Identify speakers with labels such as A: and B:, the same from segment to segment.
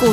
A: 股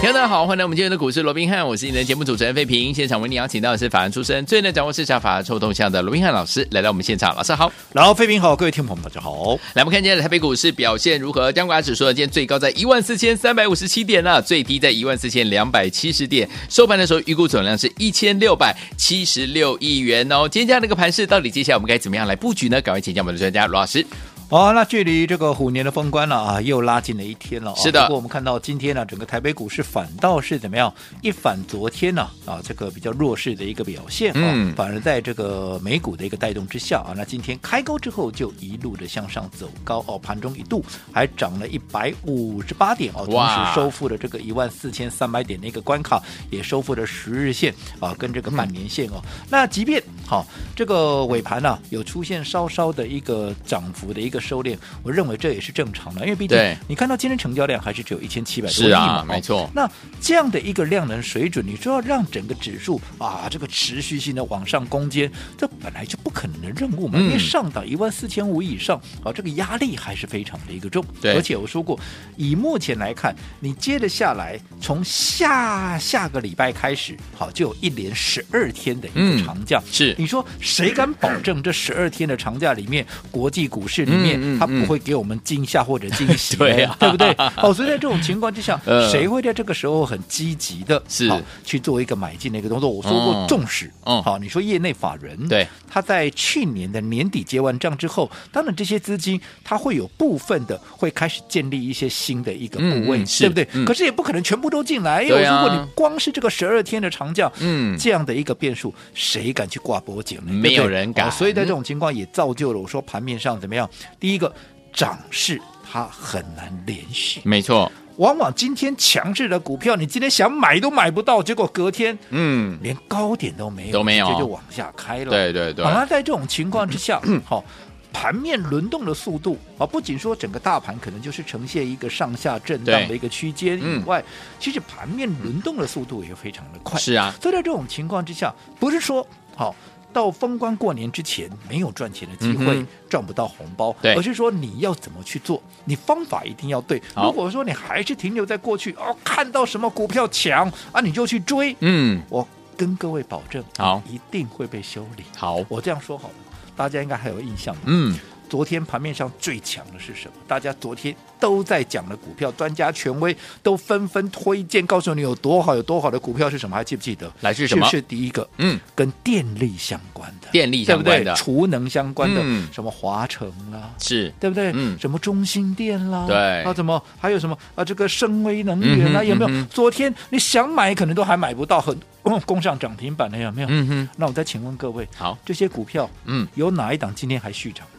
B: 听众大家好，欢迎来我们今天的股市罗宾汉，我是你的节目主持人费平。现场为你邀请到的是法案出身、最能掌握市场法案臭动向的罗宾汉老师来到我们现场，老师好。
C: 然后，飞平好，各位听众朋友们，大家好。
B: 来，我们看今天的台北股市表现如何？加权指数呢，今天最高在14,357点呢、最低在14,270点，收盘的时候预估总量是1,676亿元哦。今天这样的一个盘势，到底接下来我们该怎么样来布局呢？赶快请教我们的专家罗老师。
C: 哦，那距离这个虎年的封关了啊，又拉近了一天了、啊。
B: 是的
C: 不过我们看到今天呢，整个台北股市反倒是怎么样？一反昨天呢啊这个比较弱势的一个表现啊，
B: 嗯
C: 反而在这个美股的一个带动之下啊，那今天开高之后就一路的向上走高哦，盘中一度还涨了一百五十八点哦，同
B: 哇
C: 时收复了这个一万四千三百点的一个关卡，也收复了十日线啊跟这个半年线哦。那即便好、这个尾盘呢、有出现稍稍的一个涨幅的一个收敛，我认为这也是正常的，因为毕竟
B: 对
C: 你看到今天成交量还是只有一千七百多
B: 是
C: 亿
B: 啊
C: 嘛，哦
B: 没错
C: 那这样的一个量能水准，你说要让整个指数啊这个持续性的往上攻坚，这本来就不可能的任务嘛，
B: 嗯
C: 因为上档一万四千五以上啊，这个压力还是非常的一个重。
B: 对
C: 而且我说过，以目前来看，你接着下来，从下下个礼拜开始，好，就有一连十二天的一
B: 嗯
C: 个长假。
B: 是
C: 你说谁敢保证这十二天的长假里面，国际股市里面、
B: 嗯嗯
C: 它不会给我们惊吓或者惊喜呢？
B: 对啊
C: 对不对？哦，所以在这种情况 之下，
B: 呃
C: 谁会在这个时候很积极的
B: 是
C: 去做一个买进的一个动作？我说
B: 哦
C: 过，纵使、
B: 嗯
C: 好，你说业内法人
B: 对
C: 他在去年的年底结完账之后，当然这些资金它会有部分的会开始建立一些新的一个
B: 嗯
C: 部位，
B: 嗯是
C: 对不对？
B: 嗯
C: 可是也不可能全部都进来，因
B: 对
C: 为
B: 啊
C: 如果你光是这个十二天的长假，
B: 嗯
C: 这样的一个变数，谁敢去挂脖颈呢？对不对
B: 没有人敢
C: 哦所以在这种情况也造就了我说盘面上怎么样？第一个涨势它很难连续，
B: 没错，
C: 往往今天强势的股票，你今天想买都买不到，结果隔天
B: 嗯，
C: 连高点都没有，
B: 都没有
C: 直接就往下开了。
B: 对对对
C: 好，那在这种情况之下， 好、盘面轮动的速度啊，不仅说整个大盘可能就是呈现一个上下震荡的
B: 对
C: 一个区间以
B: 嗯
C: 外，其实盘面轮动的速度也非常的快。
B: 是啊，
C: 所以在这种情况之下，不是说好。到封关过年之前没有赚钱的机
B: 嗯
C: 会，
B: 哼
C: 赚不到红包，
B: 对
C: 而是说你要怎么去做，你方法一定要对。
B: 好
C: 如果说你还是停留在过去哦，看到什么股票强啊，你就去追，
B: 嗯，
C: 我跟各位保证，
B: 好
C: 一定会被修理。
B: 好，
C: 我这样说好了，大家应该还有印象吧？
B: 嗯，
C: 昨天盘面上最强的是什么？大家昨天都在讲的股票，专家权威都纷纷推荐，告诉你有多好有多好的股票是什么？还记不记得？
B: 来是什么
C: 是第一个，
B: 嗯，
C: 跟电力相关的，
B: 电力相关
C: 对
B: 的
C: 不对？储能相关的，
B: 嗯
C: 什么华城啦、
B: 是，
C: 对不对？
B: 嗯
C: 什么中心店啦，
B: 对
C: 啊，怎么还有什么啊？这个深威能源
B: 嗯
C: 啊，
B: 哼
C: 有没有？
B: 嗯哼
C: 昨天你想买，可能都还买不到，很嗯攻上涨停板的，有没有？
B: 嗯哼，
C: 那我再请问各位，
B: 好，
C: 这些股票
B: 嗯，
C: 有哪一档今天还续涨的？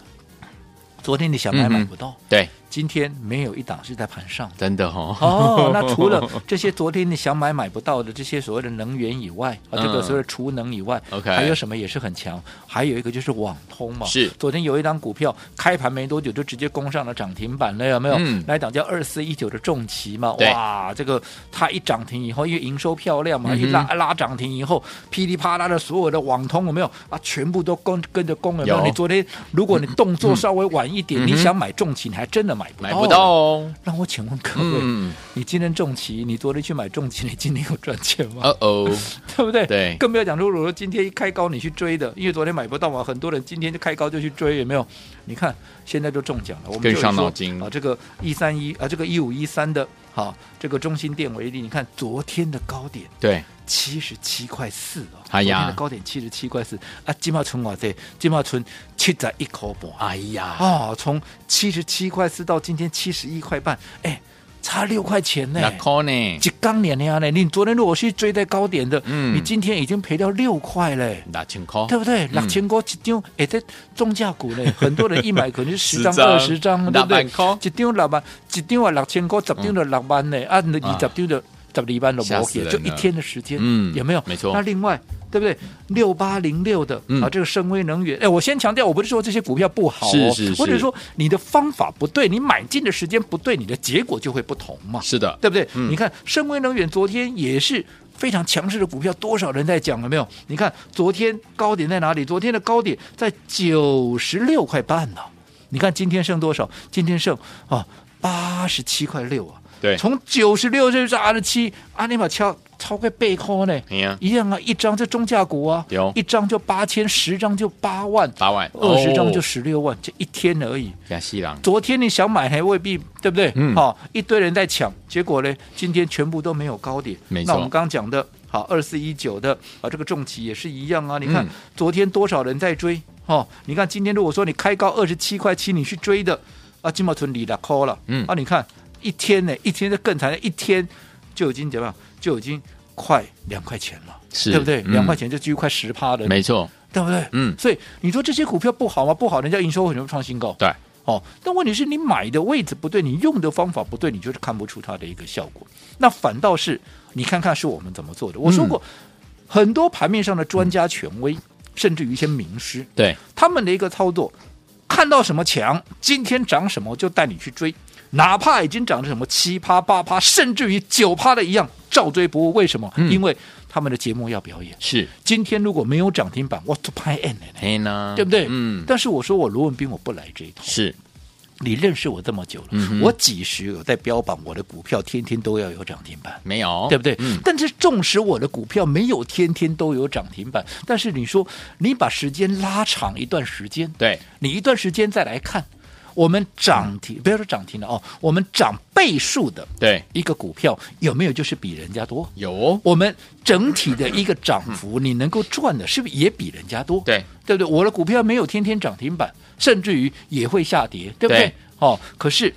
C: 昨天你想
B: 嗯
C: 买
B: 哼
C: 买不到，
B: 对，
C: 今天没有一档是在盘上的。
B: 真的哦，
C: 哦，那 除了这些昨天你想买买不到的这些所谓的能源以外，啊，这个
B: 嗯
C: 所谓的储能以外
B: OK
C: 还有什么也是很强？还有一个就是网通嘛，
B: 是
C: 昨天有一档股票开盘没多久就直接攻上了涨停板了，有没有？
B: 嗯
C: 那一档叫二四一九的重旗嘛，
B: 对
C: 哇，这个它一涨停以后，因为营收漂亮嘛，
B: 嗯哼
C: 一拉拉涨停以后，噼里啪啦的所有的网通有没有啊？全部都跟跟着攻了。有没有
B: 有
C: 你昨天如果你动作稍微晚一点，
B: 嗯
C: 你
B: 哼
C: 想买重旗，你还真的买不到。
B: 买不到。哦，
C: 那我请问各位，
B: 嗯，
C: 你今天重旗，你昨天去买重旗，你今天有赚钱吗？
B: 哦哦，
C: 对不对？
B: 对
C: 更不要讲说，如果说今天一开高你去追的，因为昨天买不到嘛，很多人今天就开高就去追，有没有？你看现在就中奖了，我们就
B: 更
C: 有
B: 伤
C: 说
B: 脑筋
C: 啊！这个一三一啊，这个一五一三的，好、这个中心店为例，你看昨天的高点
B: 对，
C: 七十七块四哦，
B: 哎呀
C: 昨天的高点七十七块四啊，金茂存我这金茂存七在一口半。
B: 哎呀，
C: 哦，从七十七块四到今天七十一块半，哎，差六块钱呢
B: 那。可呢？
C: 一刚年的呀呢，你昨天如果是追在高点的，
B: 嗯哦嗯
C: 你今天已经赔掉六块嘞。
B: 那情况
C: 对不对？六千块一张，哎，这中价股 嘞，很多人一买可能是十张、二十张，对
B: 六
C: 不对
B: 万？块，
C: 一张六万，一张啊六千块，十张就六万呢，啊，二
B: 啊
C: 十张就十二万都
B: 吓
C: 没
B: 死
C: 去，
B: 人
C: 就一
B: 了
C: 天的时间，
B: 嗯
C: 有没有？
B: 没错
C: 那另外对不对？六八零六的、
B: 嗯
C: 啊，这个深威能源，哎，我先强调，我不是说这些股票不好哦，
B: 是是是
C: 或者说你的方法不对，你买进的时间不对，你的结果就会不同嘛。
B: 是的，
C: 对不对？
B: 嗯
C: 你看深威能源昨天也是非常强势的股票，多少人在讲了没有？你看昨天高点在哪里？昨天的高点在九十六块半呢、你看今天剩多少？今天剩啊八十七块六啊。
B: 对
C: 从九十六就是八十七，啊阿尼玛超超过背空呢。
B: 哎呀，
C: 一样啊，一张这中价股啊
B: 有，哦
C: 一张就八千，十张就八万，
B: 八万
C: 二十张就
B: 是
C: 十六万，这一天而已。
B: 亚西郎，
C: 昨天你想买还未必，对不对？
B: 嗯
C: 好、一堆人在抢，结果呢，今天全部都没有高点。
B: 没错
C: 那我们刚刚讲的，好，二四一九的啊，这个重企也是一样啊。你看、
B: 嗯
C: 昨天多少人在追？哦，你看今天如果说你开高二十七块七，你去追的啊，金茂屯里的 call 了，
B: 嗯
C: 啊，你看一天呢，一天就更惨，一天就已经怎么样，就已经快两块钱了，
B: 是
C: 对不对？
B: 嗯
C: 两、块钱就几乎快十趴了，
B: 没错，
C: 对不对？
B: 嗯
C: 所以你说这些股票不好吗？不好，人家营收为什么创新高？
B: 对，
C: 哦，但问题是你买的位置不对，你用的方法不对，你就是看不出它的一个效果。那反倒是你看看是我们怎么做的。我说
B: 嗯
C: 过，很多盘面上的专家权威，甚至于一些名师，
B: 对，
C: 他们的一个操作，看到什么强，今天涨什么就带你去追，哪怕已经涨了什么七趴、八趴，甚至于九趴的一样，照追不误。为什么？
B: 嗯
C: 因为他们的节目要表演。
B: 是
C: 今天如果没有涨停板，我 to buy in 呢？
B: 嘿呢，
C: 对不对？
B: 嗯，
C: 但是我说我罗文斌我不来这一套。
B: 是
C: 你认识我这么久了，
B: 嗯哼
C: 我几时有在标榜我的股票天天都要有涨停板？
B: 没有，
C: 对不对？
B: 嗯，
C: 但是纵使我的股票没有天天都有涨停板，但是你说你把时间拉长一段时间，
B: 对，
C: 你一段时间再来看，我们涨停，不要说涨停了哦，我们涨倍数的
B: 嗯对，
C: 一个股票有没有就是比人家多？
B: 有哦，
C: 我们整体的一个涨幅，你能够赚的是不是也比人家多？
B: 嗯对，
C: 对不对？我的股票没有天天涨停板，甚至于也会下跌，对不对？
B: 对
C: 哦，可是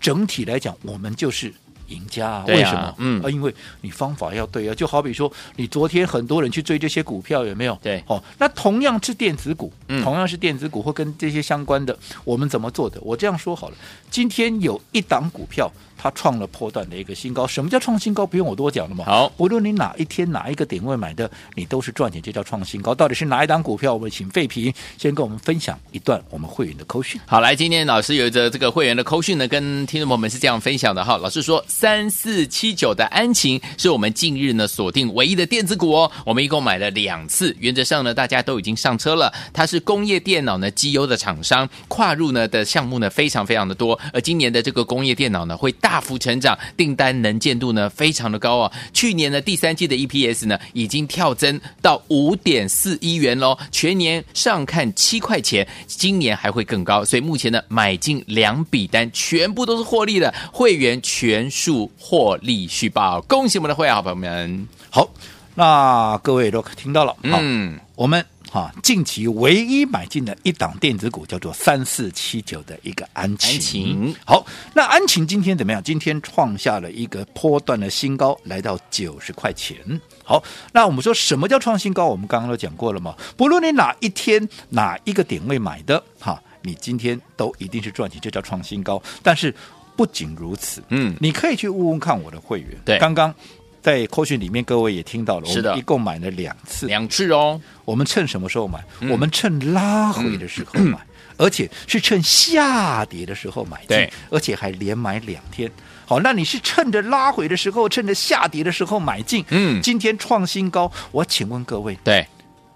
C: 整体来讲，我们就是。赢家、
B: 对啊
C: 为什么？
B: 嗯
C: 啊，因为你方法要对啊。就好比说，你昨天很多人去追这些股票，有没有？
B: 对
C: 哦，那同样是电子股，
B: 嗯
C: 同样是电子股或跟这些相关的，我们怎么做的？我这样说好了，今天有一档股票，它创了破断的一个新高。什么叫创新高？不用我多讲了嘛。
B: 好
C: 不论你哪一天哪一个点位买的，你都是赚钱，这叫创新高。到底是哪一档股票？我们请费平先跟我们分享一段我们会员的扣讯。
B: 好，来，今天老师有一则这个会员的扣讯呢，跟听众朋友们是这样分享的哈。老师说，三四七九的安晴是我们近日呢锁定唯一的电子股哦。我们一共买了两次，原则上呢大家都已经上车了。它是工业电脑呢绩优的厂商，跨入呢的项目呢非常非常的多，而今年的这个工业电脑呢会大幅成长，订单能见度呢非常的高哦。去年呢第三季的 EPS 呢已经跳增到五点四一元喽，全年上看七块钱，今年还会更高，所以目前呢买进两笔单全部都是获利的，会员全数获利续报，恭喜我们的会员好朋友们。
C: 好，那各位都听到了，好，
B: 嗯，
C: 我们哈近期唯一买进的一档电子股叫做三四七九的一个安晴。
B: 安晴
C: 好，那安晴今天怎么样？今天创下了一个波段的新高，来到九十块钱。好，那我们说什么叫创新高？我们刚刚都讲过了嘛。不论你哪一天哪一个点位买的，哈，你今天都一定是赚钱，这叫创新高。但是不仅如此，
B: 嗯
C: 你可以去问问看我的会员。
B: 对
C: 刚刚在扣讯里面各位也听到了，
B: 是的
C: 我们一共买了两次，
B: 两嗯次哦，
C: 我们趁什么时候买？我们趁拉回的时候买，而且是趁下跌的时候买进
B: 嗯对，
C: 而且还连买两天。好，那你是趁着拉回的时候，趁着下跌的时候买进，
B: 嗯
C: 今天创新高，我请问各位，
B: 对，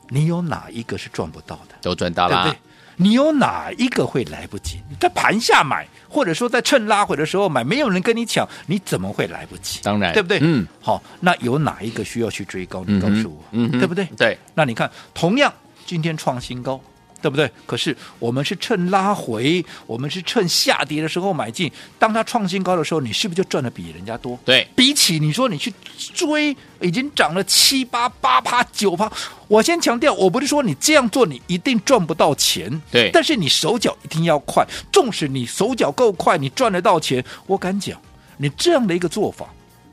C: 你有哪一个是赚不到的？
B: 都赚到
C: 对
B: 啦
C: 不对。？你有哪一个会来不及？你在盘下买，或者说在趁拉回的时候买，没有人跟你抢，你怎么会来不及？
B: 当然
C: 对不对？
B: 嗯，
C: 好，那有哪一个需要去追高？你告诉我，
B: 嗯哼
C: 对不对？
B: 对，
C: 那你看，同样今天创新高，对不对？可是我们是趁拉回，我们是趁下跌的时候买进，当它创新高的时候，你是不是就赚的比人家多？
B: 对，
C: 比起你说你去追，已经涨了七八八趴九趴，我先强调，我不是说你这样做你一定赚不到钱，
B: 对
C: 但是你手脚一定要快，纵使你手脚够快，你赚得到钱，我敢讲，你这样的一个做法，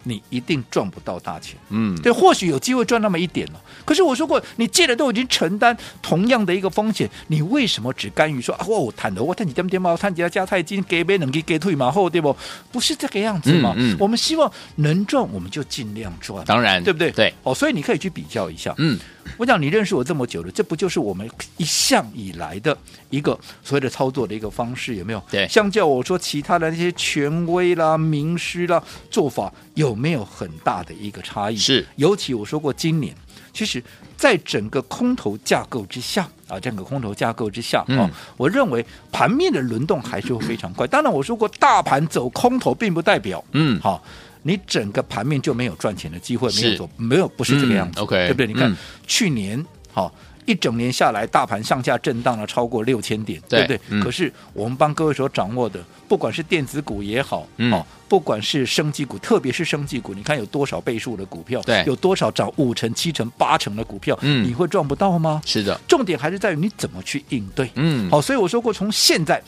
C: 你一定赚不到大钱。
B: 嗯，
C: 对，或许有机会赚那么一点了。哦可是我说过，你借的都已经承担同样的一个风险，你为什么只甘于说啊，我坦的，我赚几点点嘛，赚几加太金，给杯能给给退马后，对不？不是这个样子嘛。
B: 嗯嗯
C: 我们希望能赚，我们就尽量赚，
B: 当然，
C: 对不对？
B: 对，
C: 哦，所以你可以去比较一下。
B: 嗯，
C: 我想你认识我这么久了，这不就是我们一向以来的一个所谓的操作的一个方式，有没有？
B: 对
C: 相较我说其他的那些权威啦、名师啦做法，有没有很大的一个差异？
B: 是，
C: 尤其我说过，今年其实在整个空头架构之下啊，整个空头架构之下、
B: 嗯
C: 哦，我认为盘面的轮动还是会非常快。当然，我说过，大盘走空头，并不代表
B: 嗯
C: 好、你整个盘面就没有赚钱的机会，没
B: 是
C: 有走，没有不是这个
B: 嗯
C: 样子、
B: ，OK，
C: 对不对？你看、
B: 嗯
C: 去年好。一整年下来，大盘上下震荡了超过六千点，
B: 对
C: 不对？
B: 嗯
C: 可是我们帮各位所掌握的，不管是电子股也好，
B: 嗯
C: 哦，不管是生技股，特别是生技股，你看有多少倍数的股票，
B: 对
C: 有多少涨五成、七成、八成的股票，
B: 嗯
C: 你会赚不到吗？
B: 是的，
C: 重点还是在于你怎么去应对。
B: 嗯，
C: 好，所以我说过，从现在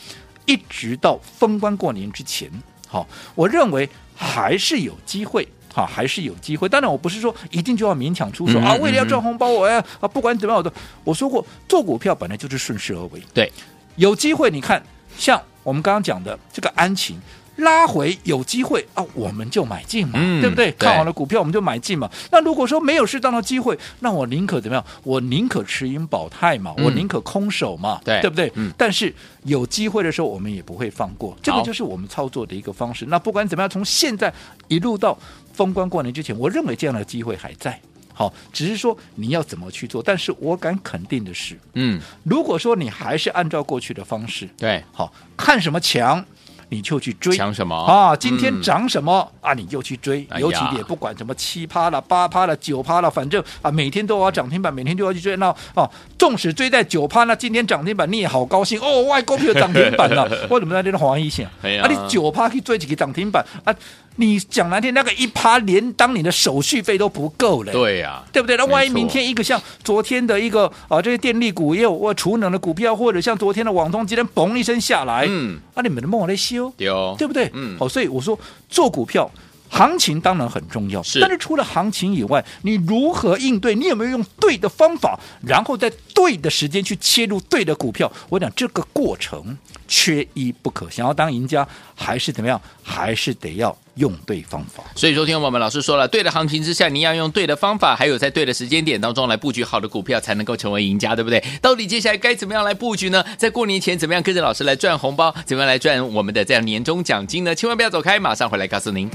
C: 一直到封关过年之前，好，我认为还是有机会。好，还是有机会。当然，我不是说一定就要勉强出手、
B: 嗯
C: 啊，
B: 嗯
C: 为了要
B: 嗯
C: 赚红包，我要啊，不管怎么样，我都我说过，做股票本来就是顺势而为。
B: 对，
C: 有机会，你看，像我们刚刚讲的这个安晴拉回，有机会啊，我们就买进嘛，
B: 嗯
C: 对不对？
B: 对
C: 看好了股票我们就买进嘛。那如果说没有适当的机会，那我宁可怎么样？我宁可持盈保泰嘛，
B: 嗯
C: 我宁可空手嘛，
B: 对
C: 不对？
B: 嗯
C: 但是有机会的时候，我们也不会放过，这个就是我们操作的一个方式。那不管怎么样，从现在一路到封关过年之前，我认为这样的机会还在。好，只是说你要怎么去做，但是我敢肯定的是，
B: 嗯，
C: 如果说你还是按照过去的方式，
B: 对，
C: 好看什么强，你就去追。
B: 抢什么
C: 啊，今天
B: 嗯
C: 涨什么、啊，你就去追
B: 哎呀，
C: 尤其也不管什么七趴了、八趴了、九趴了，反正啊，每天都要涨停板，每天都要去追。那哦，纵使追在九趴，那今天涨停板你也好高兴哦，外股票涨停板 了，我怎么在这边怀疑想？
B: 哎呀
C: 啊，你九趴去追几个涨停板啊？你讲难听，那个一趴连当你的手续费都不够嘞。
B: 对呀，
C: 对不对？那万一
B: 没错
C: 明天一个像昨天的一个啊，这些电力股也有或储能的股票，或者像昨天的网通，今天嘣一声下来，
B: 嗯，
C: 啊，你们能帮我来修，
B: 丢，
C: 对不对？
B: 嗯
C: 好，所以我说做股票。行情当然很重要，
B: 是
C: 但是除了行情以外，你如何应对？你有没有用对的方法，然后在对的时间去切入对的股票？我讲这个过程缺一不可。想要当赢家，还是怎么样？还是得要用对方法。
B: 所以说，听我们老师说了，对的行情之下，你要用对的方法，还有在对的时间点当中来布局好的股票，才能够成为赢家，对不对？到底接下来该怎么样来布局呢？在过年前怎么样跟着老师来赚红包，怎么样来赚我们的这样年终奖金呢？千万不要走开，马上回来告诉您。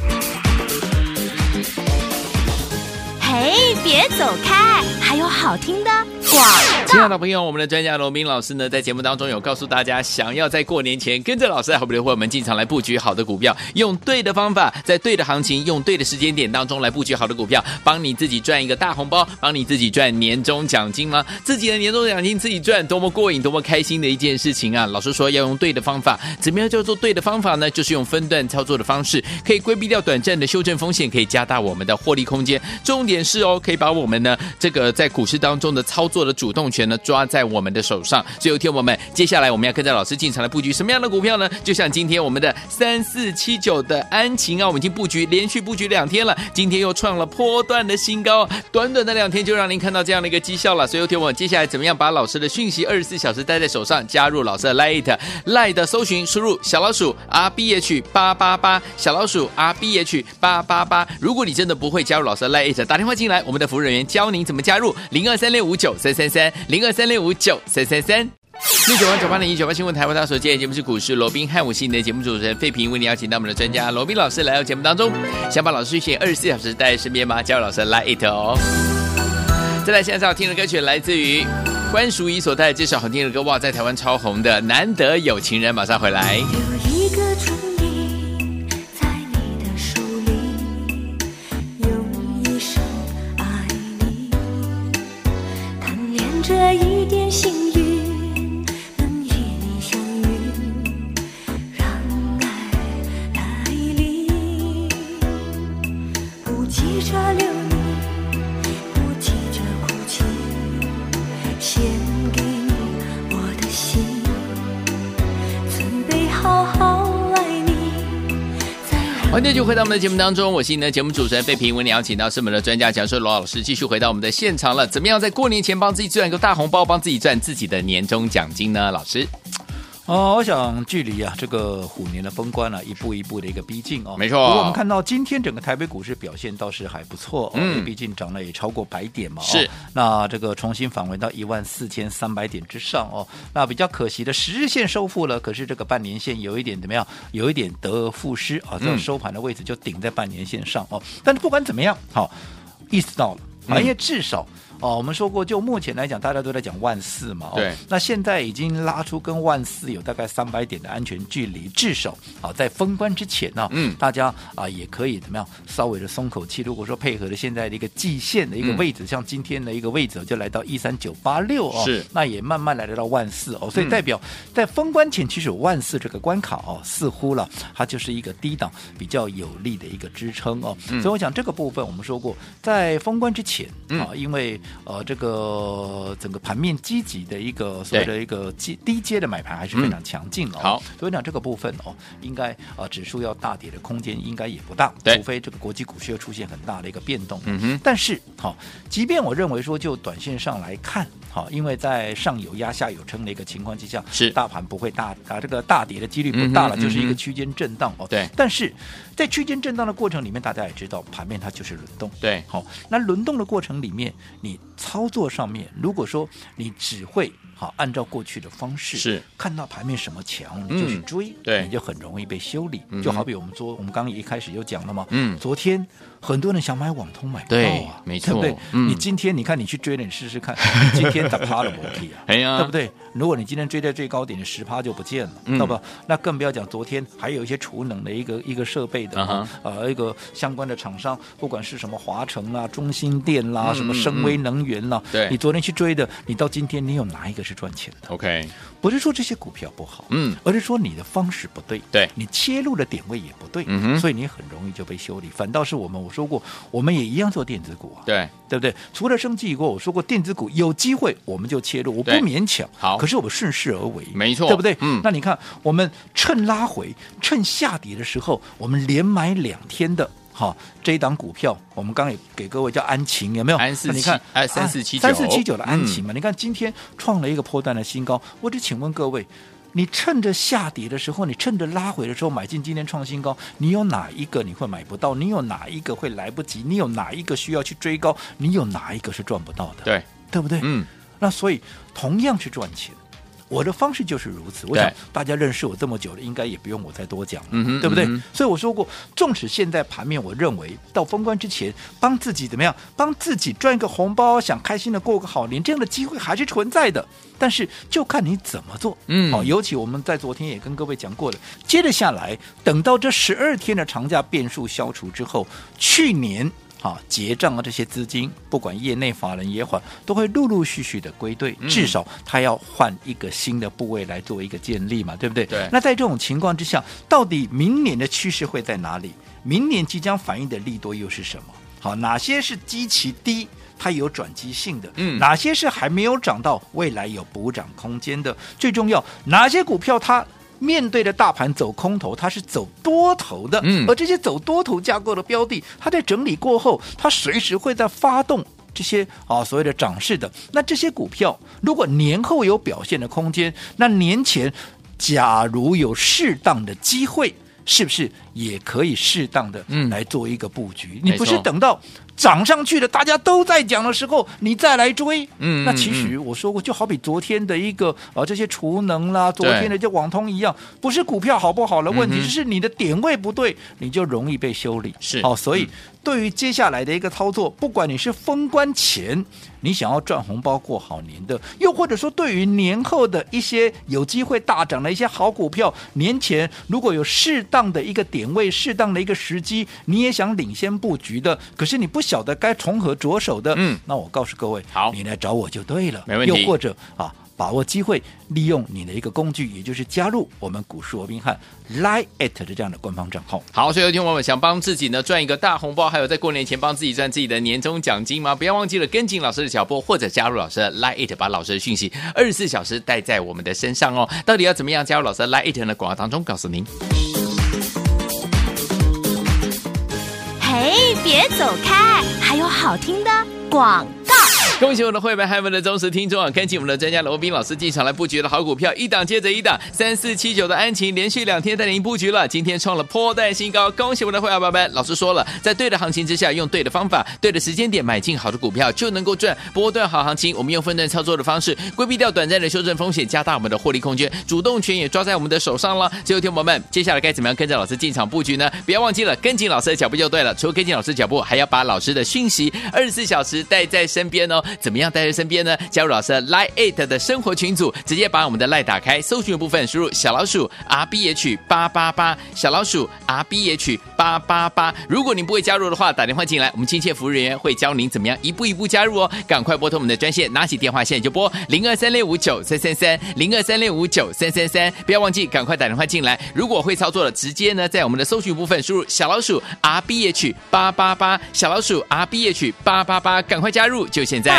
A: 嘿，别走开，还有好听的广。
B: 亲爱的朋友，我们的专家罗斌老师呢，在节目当中有告诉大家，想要在过年前跟着老师还有我们的伙伴们进场来布局好的股票，用对的方法，在对的行情，用对的时间点当中来布局好的股票，帮你自己赚一个大红包，帮你自己赚年终奖金吗？自己的年终奖金自己赚，多么过瘾，多么开心的一件事情啊！老师说要用对的方法，怎么样叫做对的方法呢？就是用分段操作的方式，可以规避掉短暂的修正风险，可以加大我们的获利空间。重点是哦，可以把我们呢这个在股市当中的操作的主动权呢抓在我们的手上。所以，有天我们接下来我们要跟着老师进场来布局什么样的股票呢？就像今天我们的三四七九的安晴啊，我们已经布局连续布局两天了，今天又创了波段的新高，短短的两天就让您看到这样的一个绩效了。所以，有天我们接下来怎么样把老师的讯息二十四小时带在手上，加入老师的 Light Light 的搜寻，输入小老鼠 R B H 八八八，小老鼠 R B H 八八八。如果你真的不会加入老师的 Light，打电话进来，我们的服务人员教您怎么加入零二三六五九三三三零二三六五九三三三。六九八九八零一九八新闻台，为大家所今天的节目是股市罗宾汉，我是你的节目主持人费平，为你邀请到我们的专家罗宾老师来到节目当中。想把老师讯息二十四小时带在身边吗？加入老师的 Light 哦。再来现在要听的歌曲来自于关淑怡所带来这首好听的歌，哇，在台湾超红的《难得有情人》，马上回来。
D: 有一个唇印在你的书里，用一生爱你。贪恋这一点幸运，能与你相遇，让爱来临。不急着留你，不急着哭泣，献给你我的心。准备好好爱你，在我
B: 欢迎就回到我们的节目当中，我是你的节目主持人费平。为你邀请到是我们的专家讲授罗老师，继续回到我们的现场了。怎么样在过年前帮自己赚一个大红包，帮自己赚自己的年终奖金呢？老师，
C: 哦，我想距离啊这个虎年的封关啊，一步一步的一个逼近哦。
B: 没错
C: 不过我们看到今天整个台北股市表现倒是还不错哦，
B: 嗯
C: 因为毕竟涨了也超过百点嘛。哦
B: 是。
C: 那这个重新返回到一万四千三百点之上哦。那比较可惜的十日线收复了，可是这个半年线有一点怎么样？有一点得而复失啊，这
B: 嗯
C: 个收盘的位置就顶在半年线上哦。但是不管怎么样，好、意识到了，啊
B: 嗯
C: 因为至少。哦，我们说过，就目前来讲，大家都在讲万四嘛，哦
B: 对
C: 那现在已经拉出跟万四有大概三百点的安全距离，至少啊，在封关之前呢、
B: 嗯
C: 大家啊也可以怎么样，稍微的松口气。如果说配合了现在的一个季线的一个
B: 嗯
C: 位置，像今天的一个位置就来到一三九八六哦，
B: 是
C: 那也慢慢来到万四哦，所以
B: 嗯
C: 代表在封关前，其实有万四这个关卡哦，似乎了它就是一个低档比较有力的一个支撑哦，
B: 嗯
C: 所以我想这个部分我们说过，在封关之前
B: 嗯
C: 啊，因为呃这个呃整个盘面积极的一个所谓的一个低低阶的买盘还是非常强劲哦，
B: 嗯好，
C: 所以我讲这个部分哦，应该啊、指数要大跌的空间应该也不大，
B: 对
C: 除非这个国际股市又出现很大的一个变动，哦
B: 嗯哼，
C: 但是好、即便我认为说就短线上来看，好、因为在上有压下有撑的一个情况之下，
B: 是
C: 大盘不会大啊，这个大跌的几率不大
B: 嗯
C: 了，
B: 哼
C: 就是
B: 嗯
C: 一个
B: 哼
C: 区间震荡哦。
B: 对
C: 但是在区间震荡的过程里面，大家也知道盘面它就是轮动，
B: 对
C: 好、那轮动的过程里面，你操作上面，如果说你只会好按照过去的方式，
B: 是
C: 看到盘面什么强，你就去
B: 嗯
C: 追，
B: 对
C: 你就很容易被修理。
B: 嗯哼
C: 就好比我们昨我们刚刚一开始就讲了嘛，
B: 嗯
C: 昨天很多人想买网通买不到
B: 对
C: 啊，
B: 没
C: 对不对
B: 错嗯
C: 你今天你看你去追了，你试试看，今天咋趴了我 K 啊？
B: 哎呀
C: 对不对？如果你今天追在最高点，十趴就不见了，
B: 嗯
C: 那不，那更不要讲昨天还有一些储能的一个一个设备的
B: 啊哈
C: 呃一个相关的厂商，不管是什么华城啦、中兴电啦、
B: 嗯
C: 什
B: 嗯
C: 么深威能源啦，
B: 对
C: 你昨天去追的，你到今天你有哪一个是赚钱的？
B: ，OK，
C: 不是说这些股票不好，
B: 嗯
C: 而是说你的方式不对，
B: 对
C: 你切入的点位也不对，
B: 嗯哼
C: 所以你很容易就被修理。反倒是我们我说过，我们也一样做电子股啊，
B: 对，
C: 对不对？除了生计以外，我说过电子股有机会我们就切入，我不
B: 对
C: 勉强。
B: 好
C: 可是我们顺势而为，
B: 没错
C: 对不对？
B: 嗯
C: 那你看，我们趁拉回、趁下跌的时候，我们连买两天的。好，这一档股票，我们刚刚也给各位叫安晴，有没有？
B: 安四
C: 那你
B: 七
C: 看，啊
B: 哎3479
C: 三四七九的安晴嘛，你看今天创了一个波段的新高。我只请问各位，你趁着下跌的时候，你趁着拉回的时候买进今天创新高，你有哪一个你会买不到？你有哪一个会来不及？你有哪一个需要去追高？你有哪一个是赚不到的？
B: 对，
C: 对不对？
B: 嗯，
C: 那所以同样是赚钱。我的方式就是如此，我想
B: 对
C: 大家认识我这么久了，应该也不用我再多讲了，
B: 嗯哼
C: 对不对？
B: 嗯哼
C: 所以我说过，纵使现在盘面，我认为到封关之前，帮自己怎么样，帮自己赚一个红包，想开心的过个好年，这样的机会还是存在的。但是就看你怎么做，
B: 嗯
C: 好、哦尤其我们在昨天也跟各位讲过了，接着下来，等到这十二天的长假变数消除之后，去年。啊，结账啊，这些资金，不管业内法人也好，都会陆陆续续的归队，
B: 嗯
C: 至少他要换一个新的部位来做一个建立嘛，对不对？
B: 对
C: 那在这种情况之下，到底明年的趋势会在哪里？明年即将反映的利多又是什么？好，哪些是基期低？它有转机性的，
B: 嗯
C: 哪些是还没有涨到未来有补涨空间的？最重要，哪些股票它面对着大盘走空头，它是走多头的，
B: 嗯
C: 而这些走多头架构的标的，它在整理过后，它随时会在发动。这些啊，所谓的涨势的，那这些股票如果年后有表现的空间，那年前假如有适当的机会，是不是也可以适当的
B: 嗯
C: 来做一个布局？你
B: 没
C: 不
B: 错
C: 是等到涨上去了，大家都在讲的时候，你再来追？
B: 嗯
C: 那
B: 嗯
C: 其实我说过，就好比昨天的一个啊，这些储能啦，昨天的就网通一样，不是股票好不好的问题，
B: 嗯哼
C: 是你的点位不对，你就容易被修理。
B: 是
C: 哦，所以对于接下来的一个操作，不管你是封关前你想要赚红包过好年的，又或者说对于年后的一些有机会大涨的一些好股票，年前如果有适当的一个点位、适当的一个时机，你也想领先布局的，可是你不晓得该从何着手的，
B: 嗯
C: 那我告诉各位，
B: 好
C: 你来找我就对了，
B: 没问题
C: 又或者啊。把握机会，利用你的一个工具，也就是加入我们股市罗宾汉 Line at 的这样的官方账号。
B: 好，所以有听众朋友们想帮自己呢赚一个大红包，还有在过年前帮自己赚自己的年终奖金吗？不要忘记了跟紧老师的脚步，或者加入老师的 Line It，把老师的讯息二十四小时带在我们的身上哦。到底要怎么样加入老师的 Line It 呢？广告当中告诉您。
A: 嘿，别走开，还有好听的广告。
B: 恭喜我们的会员还有我们的忠实听众啊！跟紧我们的专家罗斌老师进场来布局的好股票，一档接着一档，三四七九的安晴连续两天带您布局了，今天创了波段新高，恭喜我们的会员宝宝们！老师说了，在对的行情之下，用对的方法、对的时间点买进好的股票，就能够赚波段好行情。我们用分段操作的方式，规避掉短暂的修正风险，加大我们的获利空间，主动权也抓在我们的手上了。所以，听众朋友们，接下来该怎么样跟着老师进场布局呢？不要忘记了跟紧老师的脚步就对了。除了跟紧老师的脚步，还要把老师的讯息二十四小时带在身边哦。怎么样带在身边呢？加入老师的 Line It 的生活群组，直接把我们的 Line 打开，搜寻部分输入小老鼠 R B H 八八八，小老鼠 R B H 八八八。如果您不会加入的话，打电话进来，我们亲切服务人员会教您怎么样一步一步加入哦。赶快拨通我们的专线，拿起电话现在就拨零二三六五九三三三零二三六五九三三三，不要忘记赶快打电话进来。如果会操作的，直接呢在我们的搜寻部分输入小老鼠 R B H 八八八，小老鼠 R B H 八八八，赶快加入，就现在
A: 大。